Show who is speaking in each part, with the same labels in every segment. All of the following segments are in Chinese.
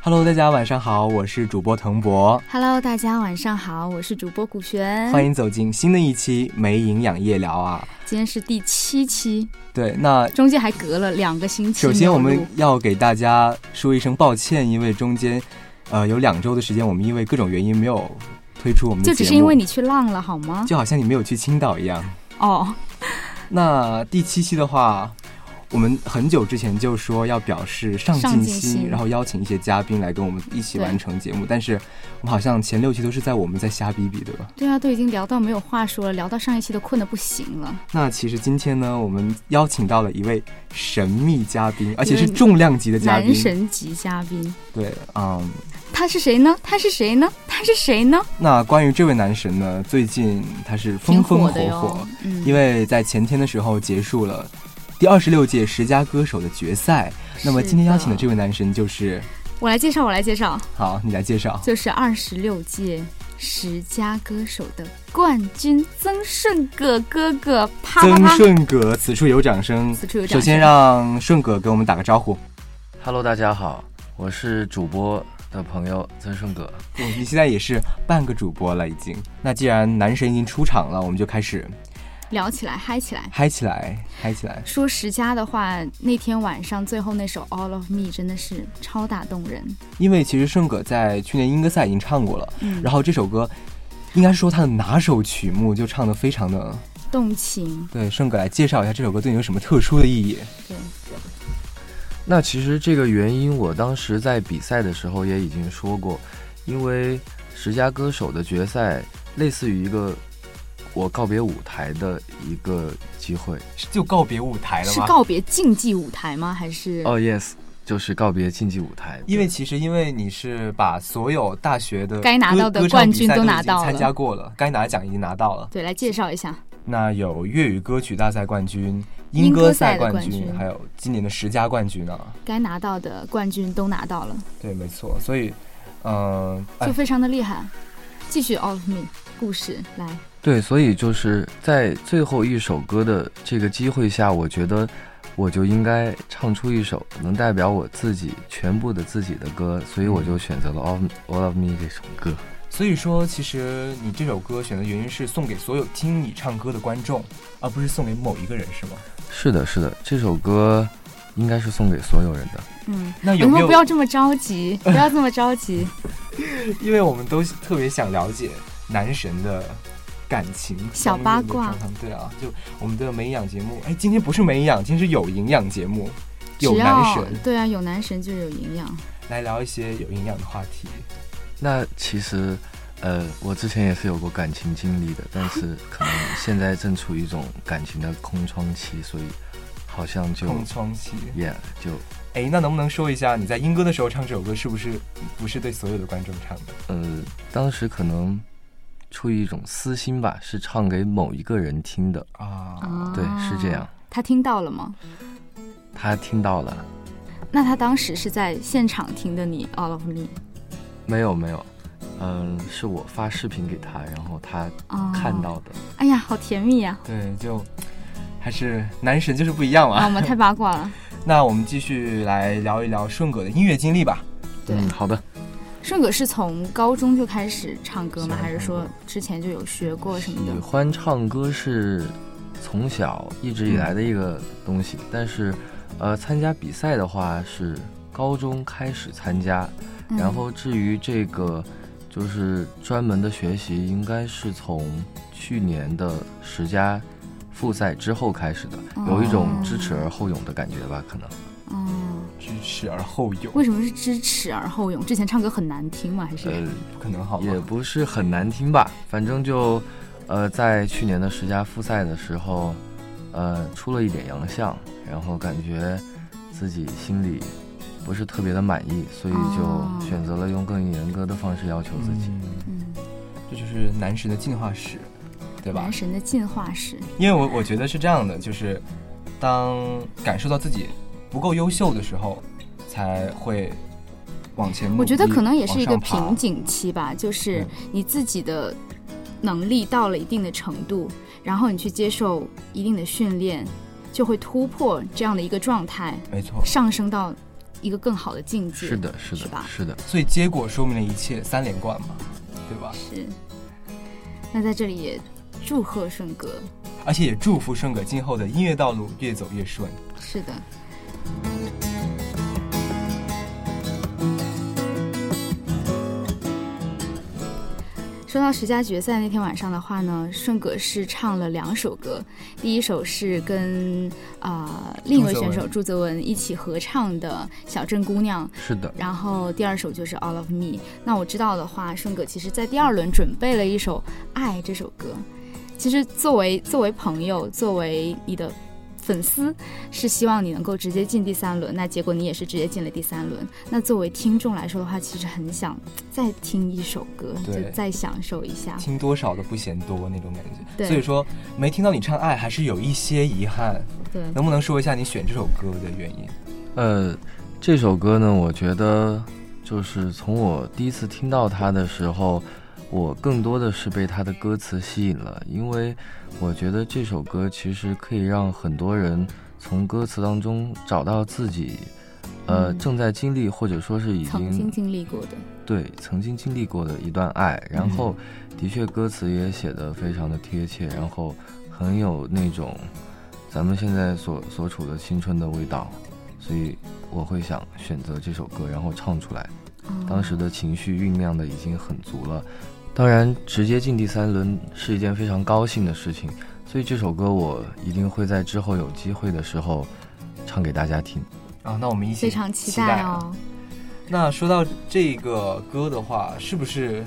Speaker 1: Hello，大家晚上好，我是主播腾博，
Speaker 2: Hello，大家晚上好，我是主播古璇，
Speaker 1: 欢。迎走进新的一期《没营养夜聊》啊。
Speaker 2: 今天是第七期，
Speaker 1: 对，那
Speaker 2: 中间还隔了两个星期。
Speaker 1: 首先我们要给大家说一声抱歉，因为中间呃有两周的时间，我们因为各种原因没有推出我们的节目，
Speaker 2: 就只是因为你去浪了好吗？
Speaker 1: 就好像你没有去青岛一样。
Speaker 2: 哦，
Speaker 1: 那第七期的话，我们很久之前就说要表示上
Speaker 2: 上
Speaker 1: 进
Speaker 2: 进
Speaker 1: 心，
Speaker 2: 心
Speaker 1: 然后邀请一些嘉宾来跟我们一起
Speaker 2: 对
Speaker 1: 完成节目，但是我们好像前六期都是在我们在瞎逼逼，对吧？
Speaker 2: 对啊，都已经聊到没有话说了，聊到上一期都困得不行了。
Speaker 1: 那其实今天呢，我们邀请到了一位神秘嘉宾，而且是
Speaker 2: 一位
Speaker 1: 重量级的嘉
Speaker 2: 男
Speaker 1: 宾。
Speaker 2: 神级嘉宾，
Speaker 1: 对，嗯，
Speaker 2: 他是谁呢？他是谁呢？他是谁呢？
Speaker 1: 那关于这位男神呢，最近他是风风火
Speaker 2: 挺的
Speaker 1: 火
Speaker 2: 哟，，嗯，
Speaker 1: 因为在前天的时候结束了第二十六届十佳歌手的决赛。那么今天邀请的这
Speaker 2: 位，
Speaker 1: 位男神就是，
Speaker 2: 我来介绍，我来介绍，
Speaker 1: 好，你来介绍。
Speaker 2: 就是二十六届十佳歌手的冠军曾顺哥哥哥，啪啪
Speaker 1: 曾
Speaker 2: 啪。
Speaker 1: 顺葛，此处有掌声。
Speaker 2: 此处有掌
Speaker 1: 首
Speaker 2: 声。
Speaker 1: 先让顺葛给我们打个招呼。
Speaker 3: Hello，大家好，我是主播的朋友曾顺葛。
Speaker 1: 嗯你现在也是半个主播了，已经。那既然男神已经出场了，我们就开始
Speaker 2: 聊起来，嗨起来。
Speaker 1: 嗨起来，嗨起来。
Speaker 2: 说十佳的话，那天晚上最后那首《All of Me》真的是超打动人。
Speaker 1: 因为其实顺葛在去年英歌赛已经唱过了，
Speaker 2: 嗯，
Speaker 1: 然后这首歌应该说他的哪首曲目就唱的非常的
Speaker 2: 动情，
Speaker 1: 对。顺葛来介绍一下这首歌对你有什么特殊的意义？
Speaker 2: 对，
Speaker 3: 那其实这个原因，我当时在比赛的时候也已经说过，因为十佳歌手的决赛类似于一个我告别舞台的一个机会。
Speaker 1: 就告别舞台
Speaker 2: 是？告别竞技舞台吗？还是、
Speaker 3: 哦、y e s 就是告别竞技舞台。
Speaker 1: 因为其实因为你是把所有大学的
Speaker 2: 该拿
Speaker 1: 歌
Speaker 2: 到的
Speaker 1: 歌唱
Speaker 2: 冠
Speaker 1: 比
Speaker 2: 军
Speaker 1: 赛
Speaker 2: 都
Speaker 1: 已
Speaker 2: 拿
Speaker 1: 经
Speaker 2: 到
Speaker 1: 参
Speaker 2: 了
Speaker 1: 加过了，该拿奖已经拿到了。
Speaker 2: 对来介绍一下？
Speaker 1: 那有粤语歌曲大赛冠军、
Speaker 2: 英
Speaker 1: 英歌
Speaker 2: 歌赛的
Speaker 1: 冠
Speaker 2: 冠
Speaker 1: 军，
Speaker 2: 军
Speaker 1: 还有今年的十佳冠军呢。啊
Speaker 2: 该拿到的冠军都拿到了，
Speaker 1: 对，没错。所以，嗯、哎
Speaker 2: 就非常的厉害。继续《All of Me》故事来，
Speaker 3: 对，所以就是在最后一首歌的这个机会下，我觉得我就应该唱出一首能代表我自己全部的自己的歌，所以我就选择了《All All of Me》这首歌。
Speaker 1: 所以说，其实你这首歌选的原因是送给所有听你唱歌的观众，而不是送给某一个人，是吗？
Speaker 3: 是的，是的，这首歌应该是送给所有人的。
Speaker 2: 嗯，
Speaker 1: 那有
Speaker 2: 能不
Speaker 1: 没
Speaker 2: 能
Speaker 1: 有？
Speaker 2: 不要这么着 急？不要这么着急。
Speaker 1: 因为我们都特别想了解男神的感情
Speaker 2: 小
Speaker 1: 方面
Speaker 2: 八
Speaker 1: 的
Speaker 2: 卦
Speaker 1: 状况。对啊，就我们的没营养节目，哎，今天不是没营养，今天是有营养节目，哎有
Speaker 2: 只
Speaker 1: 男
Speaker 2: 要
Speaker 1: 神
Speaker 2: 对啊，有男神就有营养。
Speaker 1: 来聊一些有营养的话题。
Speaker 3: 那其实，呃，我之前也是有过感情经历的，但是可能现在正处于一种感情的空窗期，所以好像就
Speaker 1: 空窗期，
Speaker 3: ，yeah，就
Speaker 1: 哎，那能不能说一下你在英歌的时候唱这首歌是不是不是对所有的观众唱的？
Speaker 3: 呃，当时可能出于一种私心吧，是唱给某一个人听的。
Speaker 1: 啊，
Speaker 3: 对，是这样
Speaker 2: 啊。。他听到了吗？
Speaker 3: 他听到了，
Speaker 2: 那他当时是在现场听的你《All of Me》
Speaker 3: 没有没有，嗯、是我发视频给他，然后他
Speaker 2: 啊，
Speaker 3: 看到的。
Speaker 2: 哎呀，好甜蜜呀、
Speaker 1: 对，就还是男神就是不一样嘛。
Speaker 2: 啊！我们太八卦了。
Speaker 1: 那我们继续来聊一聊顺哥的音乐经历吧。
Speaker 2: 对，
Speaker 3: 嗯，好的。
Speaker 2: 顺哥是从高中就开始唱歌吗？
Speaker 1: 喜欢
Speaker 2: 还是说之前就有学过什么
Speaker 3: 喜
Speaker 2: 的？
Speaker 3: 嗯欢唱歌是从小一直以来的一个东西，但是，呃，参加比赛的话是高中开始参加，
Speaker 2: 嗯
Speaker 3: 然后至于这个就是专门的学习，应该是从去年的十佳复赛之后开始的，有一种知耻而后勇的感觉吧，可能。
Speaker 2: 嗯，
Speaker 1: 知耻而后勇，
Speaker 2: 为什么是知耻而后勇？之前唱歌很难听吗？还是、
Speaker 3: 呃，
Speaker 1: 不可能好
Speaker 3: 也
Speaker 1: 吗？
Speaker 3: 不是很难听吧，反正就，呃，在去年的十佳复赛的时候，呃，出了一点洋相，然后感觉自己心里不是特别的满意，所以
Speaker 2: 哦
Speaker 3: 就选择了用更严格的方式要求自己。
Speaker 1: 嗯，
Speaker 2: 嗯，
Speaker 1: 这就是男神的进化史，对吧
Speaker 2: 男？神的进化史。
Speaker 1: 因为我我觉得是这样的，就是当感受到自己不够优秀的时候，才会往前努力。
Speaker 2: 我觉得可能也是一个
Speaker 1: 往上爬
Speaker 2: 瓶颈期吧，就是你自己的能力到了一定的程度，然后你去接受一定的训练，就会突破这样的一个状态，
Speaker 1: 没错，
Speaker 2: 上升到一个更好的境界。
Speaker 3: 是的，是的，
Speaker 2: 是吧
Speaker 3: 是的，
Speaker 1: 所以结果说明了一切，三连冠嘛，对吧？
Speaker 2: 是。那在这里也祝贺顺哥，
Speaker 1: 而且也祝福顺哥今后的音乐道路越走越顺。
Speaker 2: 是的。说到十佳决赛那天晚上的话呢，顺哥是唱了两首歌，第一首是跟啊、呃另一位
Speaker 1: 朱泽
Speaker 2: 选
Speaker 1: 文
Speaker 2: 手朱泽文一起合唱的《小镇姑娘》，
Speaker 3: 是的，
Speaker 2: 然后第二首就是《All of Me》。那我知道的话，顺哥其实在第二轮准备了一首《爱》这首歌。其实作为作为朋友，作为你的粉丝，是希望你能够直接进第三轮。那结果你也是直接进了第三轮。那作为听众来说的话，其实很想再听一首歌，就
Speaker 1: 对
Speaker 2: 再享受一下。
Speaker 1: 听多少都不嫌多那种感
Speaker 2: 啊对
Speaker 1: 觉，所以说没听到你唱《爱》还是有一些遗憾。
Speaker 2: 对，
Speaker 1: 能不能说一下你选这首歌的原因？
Speaker 3: 呃，这首歌呢，我觉得就是从我第一次听到它的时候，我更多的是被它的歌词吸引了，因为我觉得这首歌其实可以让很多人从歌词当中找到自己，呃，
Speaker 2: 嗯
Speaker 3: 正在经历或者说是已
Speaker 2: 曾经
Speaker 3: 经
Speaker 2: 经历过的，
Speaker 3: 对曾经经历过的一段爱，然后的确歌词也写得非常的贴切，然后很有那种咱们现在所所处的青春的味道，所以我会想选择这首歌，然后唱出来。
Speaker 2: 哦
Speaker 3: 当时的情绪酝酿的已经很足了，当然直接进第三轮是一件非常高兴的事情，所以这首歌我一定会在之后有机会的时候唱给大家听。
Speaker 1: 啊，那我们一起
Speaker 2: 非常期
Speaker 1: 期
Speaker 2: 待
Speaker 1: 啊。
Speaker 2: 哦，
Speaker 1: 那说到这个歌的话，是不是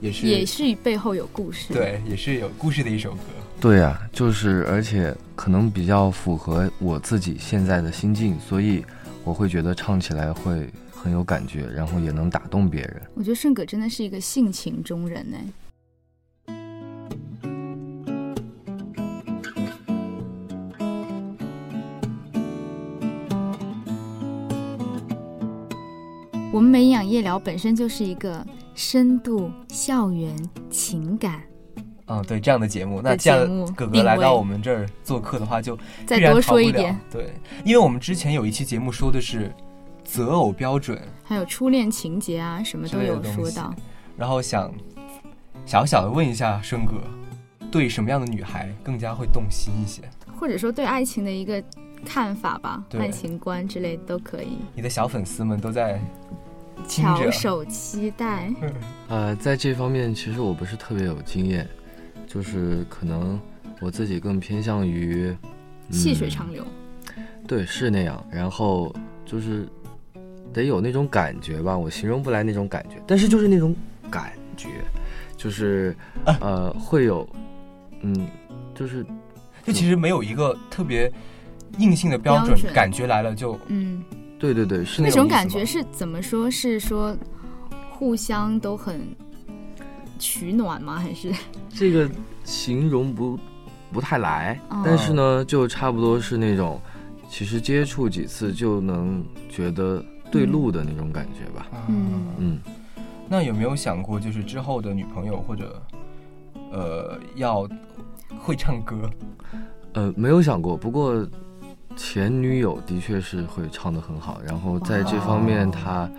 Speaker 1: 也是
Speaker 2: 也是背后有故事。，
Speaker 1: 对，也是有故事的一首歌？
Speaker 3: 对呀、就是而且可能比较符合我自己现在的心境，所以我会觉得唱起来会很有感觉，然后也能打动别人。
Speaker 2: 我觉得顺哥真的是一个性情中人哎呢。我们每营养夜聊本身就是一个深度校园情感，
Speaker 1: 嗯，对，这样的节目，那
Speaker 2: 的
Speaker 1: 这
Speaker 2: 节目
Speaker 1: 样哥
Speaker 2: 定
Speaker 1: 哥
Speaker 2: 位
Speaker 1: 来到我们这儿做客的话，就
Speaker 2: 再
Speaker 1: 必然
Speaker 2: 多
Speaker 1: 逃不
Speaker 2: 说一
Speaker 1: 了
Speaker 2: 点，。
Speaker 1: 对，因为我们之前有一期节目说的是择偶标准，
Speaker 2: 还有初恋情节啊，什么都有说到。
Speaker 1: 然后想小小的问一下顺哥，对什么样的女孩更加会动心一些？
Speaker 2: 或者说对爱情的一个看法吧，
Speaker 1: 对
Speaker 2: 爱情观之类都可以。
Speaker 1: 你的小粉丝们都在听
Speaker 2: 翘
Speaker 1: 着
Speaker 2: 首期待，
Speaker 3: 呃，在这方面其实我不是特别有经验，就是可能我自己更偏向于、嗯
Speaker 2: 细水长流。
Speaker 3: 对，是那样。然后就是得有那种感觉吧，我形容不来那种感觉，但是就是那种感觉，就是呃会有，嗯，就是
Speaker 1: 就其实没有一个特别硬性的标准
Speaker 2: 标，准
Speaker 1: 感觉来了就
Speaker 2: 嗯，
Speaker 3: 对对对，是
Speaker 2: 那
Speaker 3: 那
Speaker 1: 种
Speaker 2: 种
Speaker 1: 意思
Speaker 2: 感
Speaker 1: 吗
Speaker 2: 觉是怎么说？是说互相都很取暖吗？还是
Speaker 3: 这个形容不不太来，
Speaker 2: 哦
Speaker 3: 但是呢，就差不多是那种，其实接触几次就能觉得对路的那种感觉吧。
Speaker 2: 嗯
Speaker 3: 嗯，
Speaker 1: 那有没有想过，就是之后的女朋友或者呃要会唱歌？
Speaker 3: 呃，没有想过，不过前女友的确是会唱得很好，然后在这方面
Speaker 1: 哇
Speaker 2: 哦
Speaker 3: 她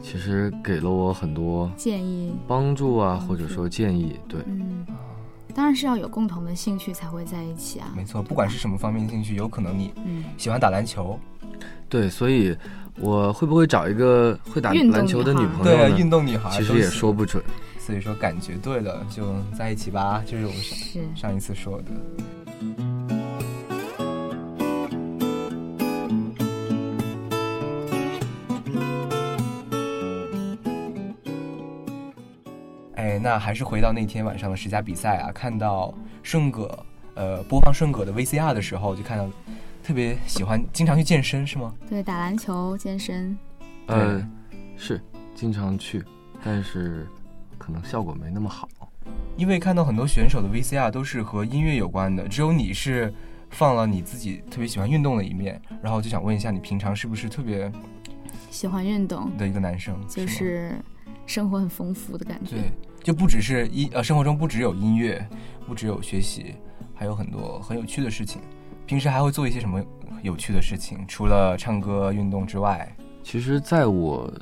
Speaker 3: 其实给了我很多
Speaker 2: 建议？
Speaker 3: 帮助啊，
Speaker 2: 帮
Speaker 3: 或者
Speaker 2: 助
Speaker 3: 说建议。对，
Speaker 2: 嗯，当然是要有共同的兴趣才会在一起啊。
Speaker 1: 没错，不管是什么方面兴趣，有可能你
Speaker 2: 嗯，
Speaker 1: 喜欢打篮球，
Speaker 3: 对，所以我会不会找一个会打
Speaker 2: 运动
Speaker 3: 篮球的
Speaker 2: 女
Speaker 3: 女
Speaker 2: 孩
Speaker 3: 朋友
Speaker 1: 对啊
Speaker 3: 呢？
Speaker 1: 运动女孩
Speaker 3: 其
Speaker 1: 都
Speaker 3: 实也
Speaker 1: 行
Speaker 3: 说，不准。
Speaker 1: 所以说感觉对了就在一起吧，就是我上
Speaker 2: 是。
Speaker 1: 上一次说的。哎，那还是回到那天晚上的十佳比赛啊，看到顺哥，呃，播放顺哥的 VCR 的时候，就看到特别喜欢，经常去健身是吗？
Speaker 2: 对，打篮球、健身，
Speaker 3: 呃
Speaker 1: 对，
Speaker 3: 是经常去，但是可能效果没那么好。
Speaker 1: 因为看到很多选手的 VCR 都是和音乐有关的，只有你是放了你自己特别喜欢运动的一面，然后就想问一下，你平常是不是特别
Speaker 2: 喜欢运动，
Speaker 1: 的一个男生？
Speaker 2: 就是
Speaker 1: 吗
Speaker 2: 是生活很丰富的感觉。
Speaker 1: 对，就不只是音呃，生活中不只有音乐，不只有学习，还有很多很有趣的事情。平时还会做一些什么有趣的事情？除了唱歌、运动之外，
Speaker 3: 其实，在我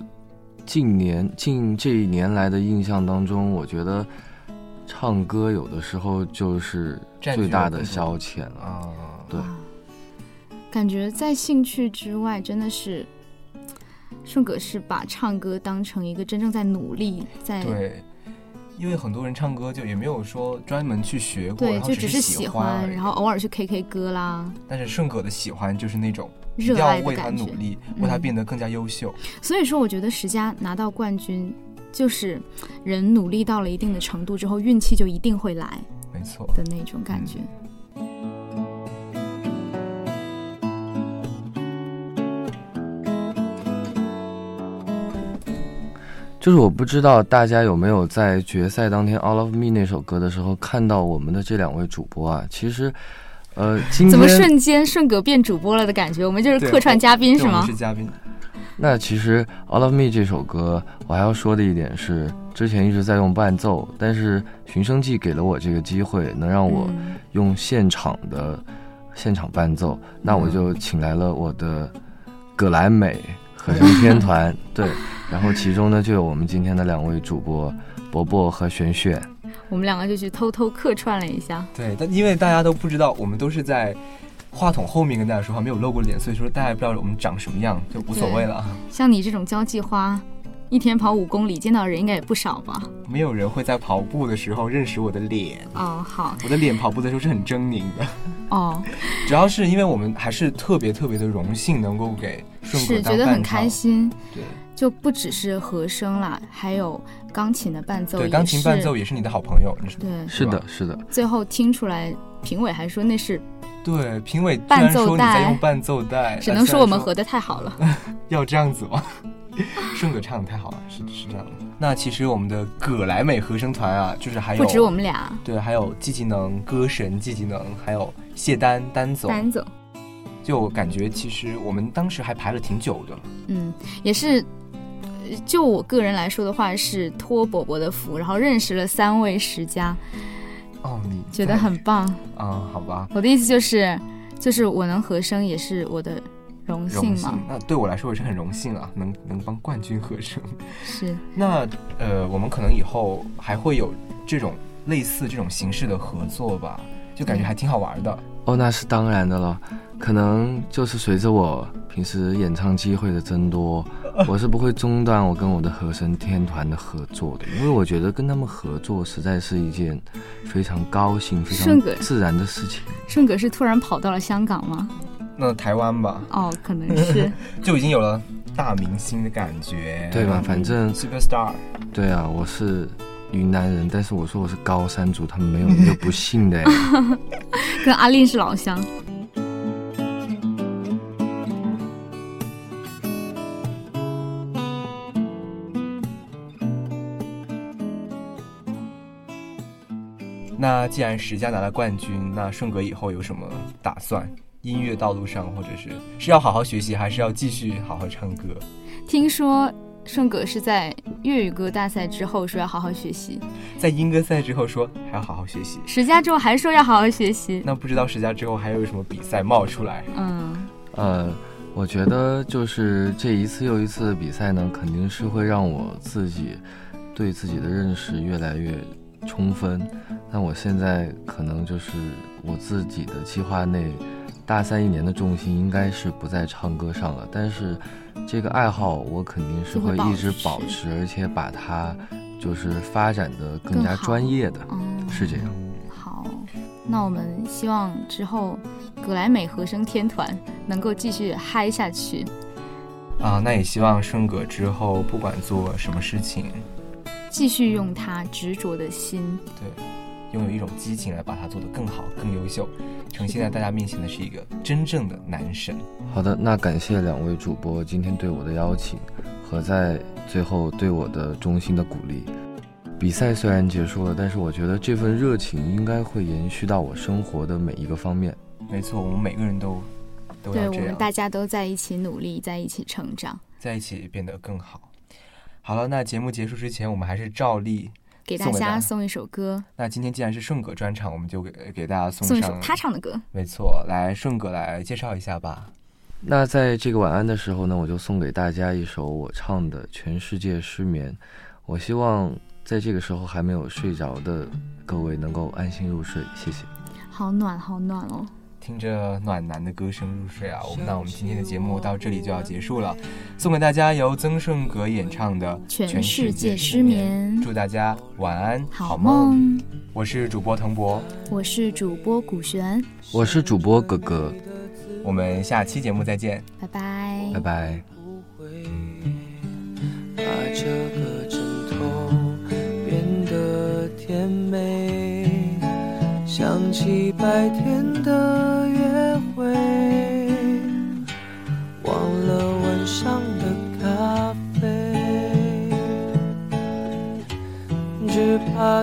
Speaker 3: 近年近这一年来的印象当中，我觉得唱歌有的时候就是
Speaker 1: 占
Speaker 3: 最
Speaker 1: 据
Speaker 3: 大
Speaker 1: 了
Speaker 3: 的
Speaker 1: 更
Speaker 3: 消
Speaker 1: 多
Speaker 3: 遣了。
Speaker 1: 啊，
Speaker 3: 对
Speaker 2: 哇，感觉在兴趣之外，真的是顺哥是把唱歌当成一个真正在努力，在
Speaker 1: 对，因为很多人唱歌就也没有说专门去学过，
Speaker 2: 对
Speaker 1: 然后
Speaker 2: 就
Speaker 1: 只
Speaker 2: 是
Speaker 1: 喜
Speaker 2: 欢，
Speaker 1: 而已
Speaker 2: 然后偶尔去 K K 歌啦，
Speaker 1: 但是顺哥的喜欢就是那种一定
Speaker 2: 热
Speaker 1: 要
Speaker 2: 爱的
Speaker 1: 为他
Speaker 2: 感觉
Speaker 1: 努。力，为他
Speaker 2: 嗯
Speaker 1: 变得更加优秀。
Speaker 2: 所以说，我觉得石佳拿到冠军，就是人努力到了一定的程度之后，运气就一定会来
Speaker 1: 没错，
Speaker 2: 的那种感觉。
Speaker 3: 就是我不知道大家有没有在决赛当天《All of Me》那首歌的时候看到我们的这两位主播啊。其实，呃，今
Speaker 2: 怎么
Speaker 3: 天
Speaker 2: 瞬间顺哥变主播了的感觉？我们就是
Speaker 1: 嗯对
Speaker 2: 客串嘉宾
Speaker 1: 对
Speaker 2: 是
Speaker 1: 我们
Speaker 2: 吗？
Speaker 1: 是嘉宾，
Speaker 3: 那其实《All of Me》这首歌，我还要说的一点是，之前一直在用伴奏，但是《寻声记》给了我这个机会，能让我
Speaker 2: 嗯
Speaker 3: 用现场的现场伴奏，那我就请来了我的葛莱美合唱天团，对，然后其中呢就有我们今天的两位主播伯伯和璇璇，
Speaker 2: 我们两个就去偷偷客串了一下。
Speaker 1: 对，但因为大家都不知道，我们都是在话筒后面跟大家说话，没有露过脸，所以说大家也不知道我们长什么样，就无所谓了。
Speaker 2: 像你这种交际花，一天跑五公里，见到的人应该也不少吧？
Speaker 1: 没有人会在跑步的时候认识我的脸，
Speaker 2: 哦，好，
Speaker 1: 我的脸跑步的时候是很狰狞 的。
Speaker 2: 哦，
Speaker 1: 主要是因为我们还是特别特别的荣幸能够给顺哥
Speaker 2: 是
Speaker 1: 当
Speaker 2: 觉得很
Speaker 1: 伴唱
Speaker 2: 开。心，
Speaker 1: 对
Speaker 2: 就不只是和声啦，还有钢琴的伴奏，
Speaker 1: 对，钢琴伴奏。也是你的好朋友，你是
Speaker 2: 对，
Speaker 3: 是
Speaker 1: 吧
Speaker 3: 的，是的，
Speaker 2: 最后听出来，评委还说那是，
Speaker 1: 对，评委居
Speaker 2: 伴
Speaker 1: 然
Speaker 2: 奏
Speaker 1: 说你在
Speaker 2: 带
Speaker 1: 用伴奏带，
Speaker 2: 只
Speaker 1: 呃虽
Speaker 2: 能
Speaker 1: 然
Speaker 2: 说我们合的太好
Speaker 1: 哎
Speaker 2: 了。
Speaker 1: 要这样子吗？ 顺哥唱的太好了，是是这样的。那其实我们的葛莱美合声团啊，就是还有
Speaker 2: 不止我们俩，
Speaker 1: 对，还有季技能、歌神季技能，还有谢丹丹总，
Speaker 2: 单总，
Speaker 1: 就感觉其实我们当时还排了挺久的，
Speaker 2: 嗯，也是。呃就我个人来说的话，是托伯伯的福，然后认识了三位十佳，
Speaker 1: 哦，你
Speaker 2: 觉得
Speaker 1: 在
Speaker 2: 很棒。
Speaker 1: 嗯，好吧，
Speaker 2: 我的意思就是，就是我能和声也是我的荣
Speaker 1: 荣
Speaker 2: 幸
Speaker 1: 幸
Speaker 2: 嘛。。
Speaker 1: 那对我来说也是很荣幸啊，能能帮冠军合声。
Speaker 2: 是，
Speaker 1: 那呃，我们可能以后还会有这种类似这种形式的合作吧，就
Speaker 2: 嗯
Speaker 1: 感觉还挺好玩的。
Speaker 3: 哦，那是当然的了，可能就是随着我平时演唱机会的增多，我是不会中断我跟我的和声天团的合作的，因为我觉得跟他们合作实在是一件非常高兴、非常
Speaker 2: 顺个
Speaker 3: 自然的事情。
Speaker 2: 顺哥是突然跑到了香港吗？
Speaker 1: 那台湾吧，
Speaker 2: 哦，可能 是。
Speaker 1: 就已经有了大明星的感觉，
Speaker 3: 对吧？反正
Speaker 1: ？Super Star，
Speaker 3: 对啊，我是云南人，但是我说我是高山族，他们没有一个不信的哎。
Speaker 2: 跟阿令是老乡。
Speaker 1: 那既然石佳拿了冠军，那顺格以后有什么打算？音乐道路上，或者是是要好好学习，还是要继续好好唱歌？
Speaker 2: 听说顺哥是在粤语歌大赛之后说要好好学习，
Speaker 1: 在英歌赛之后说还要好好学习。
Speaker 2: 十佳之后还说要好好学习。
Speaker 1: 那不知道石佳之后还有什么比赛冒出来？
Speaker 2: 嗯，
Speaker 3: 呃，我觉得就是这一次又一次的比赛呢，肯定是会让我自己对自己的认识越来越充分。那我现在可能就是我自己的计划内，大三一年的重心应该是不在唱歌上了，但是这个爱好我肯定是
Speaker 2: 就
Speaker 3: 会
Speaker 2: 会
Speaker 3: 一直
Speaker 2: 保
Speaker 3: 保持，而且把它就是发展的更
Speaker 2: 更
Speaker 3: 加
Speaker 2: 好
Speaker 3: 专业的，
Speaker 2: 哦，
Speaker 3: 是这样。
Speaker 2: 好。那我们希望之后葛莱美和声天团能够继续嗨下去。
Speaker 1: 啊，那也希望顺格之后不管做什么事情，
Speaker 2: 继续用他执着的心，
Speaker 1: 对，拥有一种激情来把它做得更好、更优秀，呈现在大家面前的是一个真正的男神。
Speaker 3: 好的，那感谢两位主播今天对我的邀请，和在最后对我的衷心的鼓励。比赛虽然结束了，但是我觉得这份热情应该会延续到我生活的每一个方面。
Speaker 1: 没错，我们每个人都都
Speaker 2: 对
Speaker 1: 要
Speaker 2: 我
Speaker 1: 这
Speaker 2: 们
Speaker 1: 样，
Speaker 2: 大家都在一起努力，在一起成长，
Speaker 1: 在一起变得更好。好了，那节目结束之前，我们还是照例。
Speaker 2: 给大
Speaker 1: 送给大
Speaker 2: 家
Speaker 1: 家
Speaker 2: 送一首歌，
Speaker 1: 那今天既然是顺格专场，我们就给给大家送
Speaker 2: 送一首
Speaker 1: 上
Speaker 2: 他唱的歌。
Speaker 1: 没错，来顺哥来介绍一下吧。
Speaker 3: 那在这个晚安的时候呢，我就送给大家一首我唱的《全世界失眠》，我希望在这个时候还没有睡着的各位能够安心入睡，谢谢。
Speaker 2: 好暖，好暖哦。
Speaker 1: 听着暖男的歌声入睡啊！我们那我们今天的节目到这里就要结束了，送给大家由曾舜葛演唱的《
Speaker 2: 全
Speaker 1: 全世
Speaker 2: 世界
Speaker 1: 界
Speaker 2: 失
Speaker 1: 失眠
Speaker 2: 眠》，
Speaker 1: 祝大家晚安，
Speaker 2: 好
Speaker 1: 梦。
Speaker 2: 梦，
Speaker 1: 我是主播腾博，
Speaker 2: 我是主播古璇，
Speaker 3: 我是主播格格，
Speaker 1: 我们下期节目再见。
Speaker 2: 拜拜
Speaker 3: 拜。拜。
Speaker 4: 把这个枕头变得甜美，想起白天的约会，忘了晚上的咖啡，只怕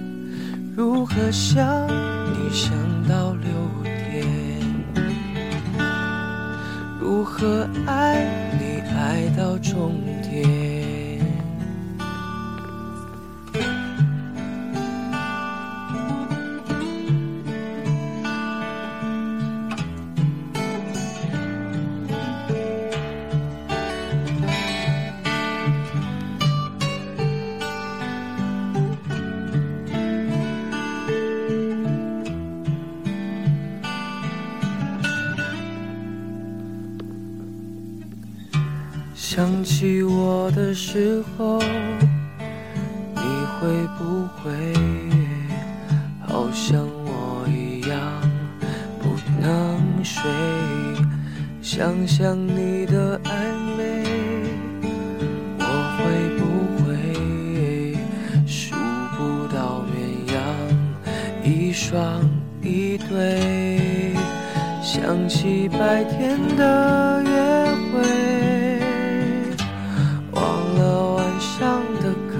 Speaker 4: 如何想你想到六点。如何爱你爱到终点？想起我的时候，你会不会好像我一样不能睡？想想你的暧昧，我会不会数不到绵羊，一双一对？想起白天的约会，忘了晚上的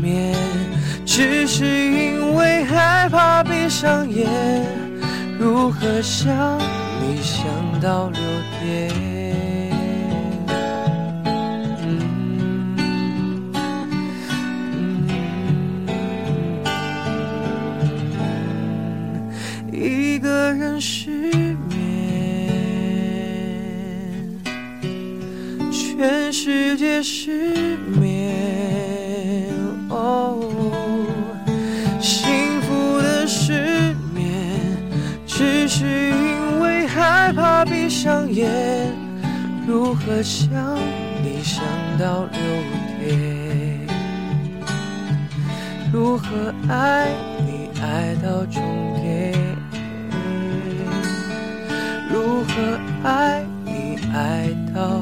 Speaker 4: 眠，只是因为害怕闭上眼。如何想你想到六点？嗯嗯一个人失眠。全世界失眠。哦，幸福的失眠，只是因为害怕闭上眼。如何想你想到六点？如何爱你爱到终点？如何爱你爱到？